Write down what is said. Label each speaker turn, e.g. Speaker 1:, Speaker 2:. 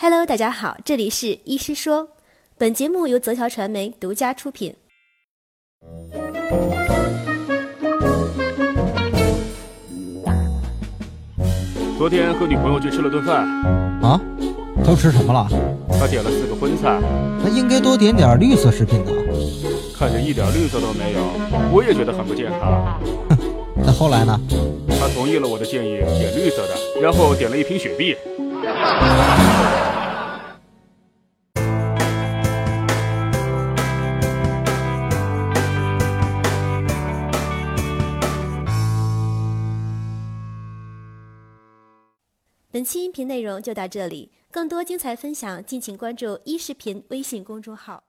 Speaker 1: Hello，大家好，这里是医师说，本节目由泽桥传媒独家出品。
Speaker 2: 昨天和女朋友去吃了顿饭，
Speaker 3: 啊？都吃什么了？
Speaker 2: 她点了四个荤菜，
Speaker 3: 那应该多点点绿色食品的。
Speaker 2: 看着一点绿色都没有，我也觉得很不健康。
Speaker 3: 那后来呢？
Speaker 2: 她同意了我的建议，点绿色的，然后点了一瓶雪碧。
Speaker 1: 本期音频内容就到这里，更多精彩分享敬请关注一视频微信公众号。